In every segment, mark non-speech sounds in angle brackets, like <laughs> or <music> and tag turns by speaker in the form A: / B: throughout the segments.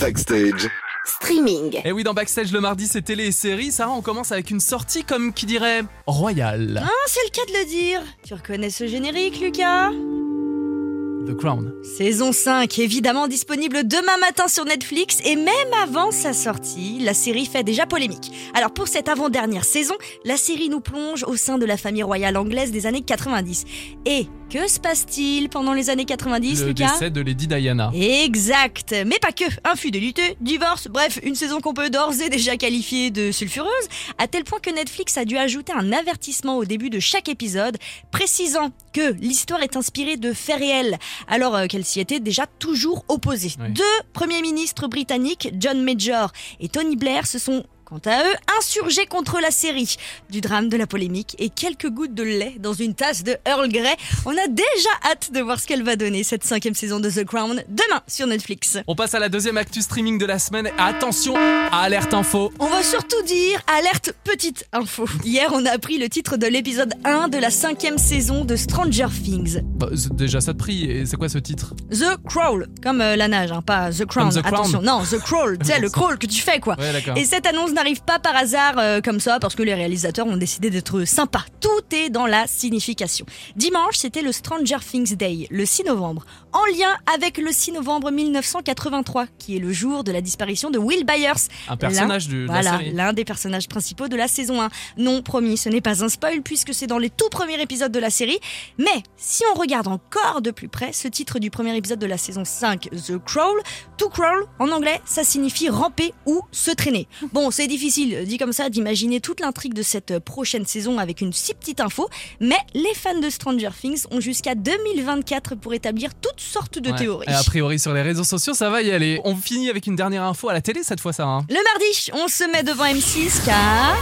A: Backstage.
B: Streaming.
C: Et Eh oui, dans Backstage le mardi, c'est télé et séries. Sarah, on commence avec une sortie comme qui dirait royale.
D: Ah, c'est le cas de le dire. Tu reconnais ce générique, Lucas
C: The Crown.
D: Saison 5, évidemment disponible demain matin sur Netflix et même avant sa sortie, la série fait déjà polémique. Alors pour cette avant-dernière saison, la série nous plonge au sein de la famille royale anglaise des années 90. Et que se passe-t-il pendant les années 90,
C: le
D: Lucas
C: décès de Lady Diana.
D: Exact, mais pas que. Infu de lutteux, divorce, bref, une saison qu'on peut d'ores et déjà qualifier de sulfureuse, à tel point que Netflix a dû ajouter un avertissement au début de chaque épisode, précisant que l'histoire est inspirée de faits réels, alors euh, qu'elle s'y était déjà toujours opposée.
C: Oui.
D: Deux premiers ministres britanniques, John Major et Tony Blair, se sont Quant à eux, insurgés contre la série, du drame, de la polémique et quelques gouttes de lait dans une tasse de Earl Grey. On a déjà hâte de voir ce qu'elle va donner cette cinquième saison de The Crown demain sur Netflix.
C: On passe à la deuxième actu streaming de la semaine. Attention, alerte info.
D: On va surtout dire alerte petite info. Hier, on a appris le titre de l'épisode 1 de la cinquième saison de Stranger Things.
C: Bah, c'est déjà ça de prix. Et c'est quoi ce titre
D: The Crawl, comme euh, la nage, hein, pas The Crown.
C: Comme The Crown.
D: Attention, non, The Crawl, tu sais,
C: <laughs>
D: le crawl que tu fais quoi.
C: Ouais, d'accord.
D: Et cette annonce n'arrive pas par hasard euh, comme ça parce que les réalisateurs ont décidé d'être sympas. Tout est dans la signification. Dimanche, c'était le Stranger Things Day, le 6 novembre, en lien avec le 6 novembre 1983, qui est le jour de la disparition de Will Byers,
C: Un personnage de, de la
D: voilà,
C: série.
D: l'un des personnages principaux de la saison 1. Non, promis, ce n'est pas un spoil puisque c'est dans les tout premiers épisodes de la série. Mais si on regarde encore de plus près, ce titre du premier épisode de la saison 5, The Crawl, To Crawl, en anglais, ça signifie ramper ou se traîner. Bon, c'est difficile, euh, dit comme ça, d'imaginer toute l'intrigue de cette euh, prochaine saison avec une si petite info, mais les fans de Stranger Things ont jusqu'à 2024 pour établir toutes sortes de
C: Ouais.
D: théories.
C: Et a priori, sur les réseaux sociaux, ça va y aller. On finit avec une dernière info à la télé cette fois, ça. hein.
D: Le mardi, on se met devant M6 car...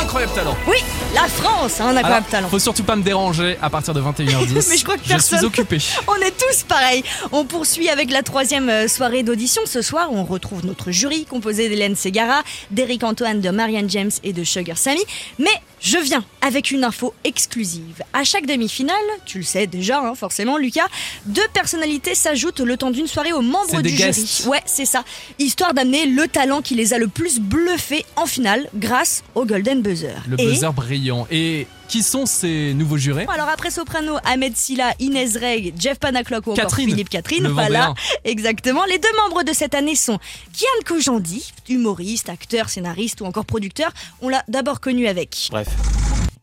C: Incroyable talent.
D: Oui, la France hein, a un incroyable
C: Alors,
D: talent.
C: Faut surtout pas me déranger à partir
D: <laughs>
C: de 21h10.
D: Mais je crois que personne-
C: suis occupé.
D: On est tous pareils. On poursuit avec la troisième euh, soirée d'audition. Ce soir, on retrouve notre jury composé d'Hélène Segara, d'Eric Antoine, de Marianne James et de Sugar Sammy. Mais je viens avec une info exclusive. À chaque demi-finale, tu le sais déjà, hein, forcément, Lucas, deux personnalités s'ajoutent le temps d'une soirée aux membres
C: C'est des
D: du jury.
C: guests.
D: Ouais, c'est ça. Histoire d'amener le talent qui les a le plus bluffés en finale grâce au Golden Buzzer.
C: Le
D: Et-
C: buzzer brillant. Et qui sont ces nouveaux jurés
D: alors après Soprano, Ahmed Silla, Inès Reg, Jeff Panaclock ou encore
C: Catherine.
D: Philippe Catherine,
C: Le
D: voilà,
C: Vendéen.
D: exactement. Les deux membres de cette année sont Kian Kojandi, humoriste, acteur, scénariste ou encore producteur. On l'a d'abord connu avec.
E: Bref.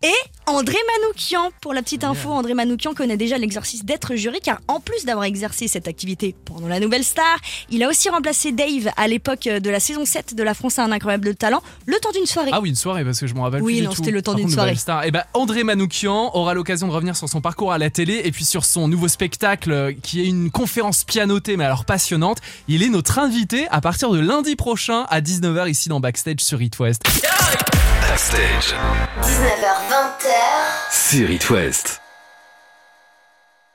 D: Et André Manoukian. Pour la petite info, André Manoukian connaît déjà l'exercice d'être juré car en plus d'avoir exercé cette activité pendant la Nouvelle Star, il a aussi remplacé Dave à l'époque euh, de la saison 7 de La France a un incroyable talent, le temps d'une soirée.
C: Ah oui, une soirée, parce que je me rappelle
D: Oui,
C: plus
D: non,
C: du tout.
D: c'était le temps
C: Par
D: d'une
C: contre, Nouvelle
D: soirée.
C: Star. Et ben, André Manoukian aura l'occasion de revenir sur son parcours à la télé et puis sur son nouveau spectacle euh, qui est une conférence pianotée, mais alors passionnante. Il est notre invité à partir de lundi prochain à 19h ici dans Backstage sur It West.
A: Backstage.
B: 19h20.
A: Sur It West.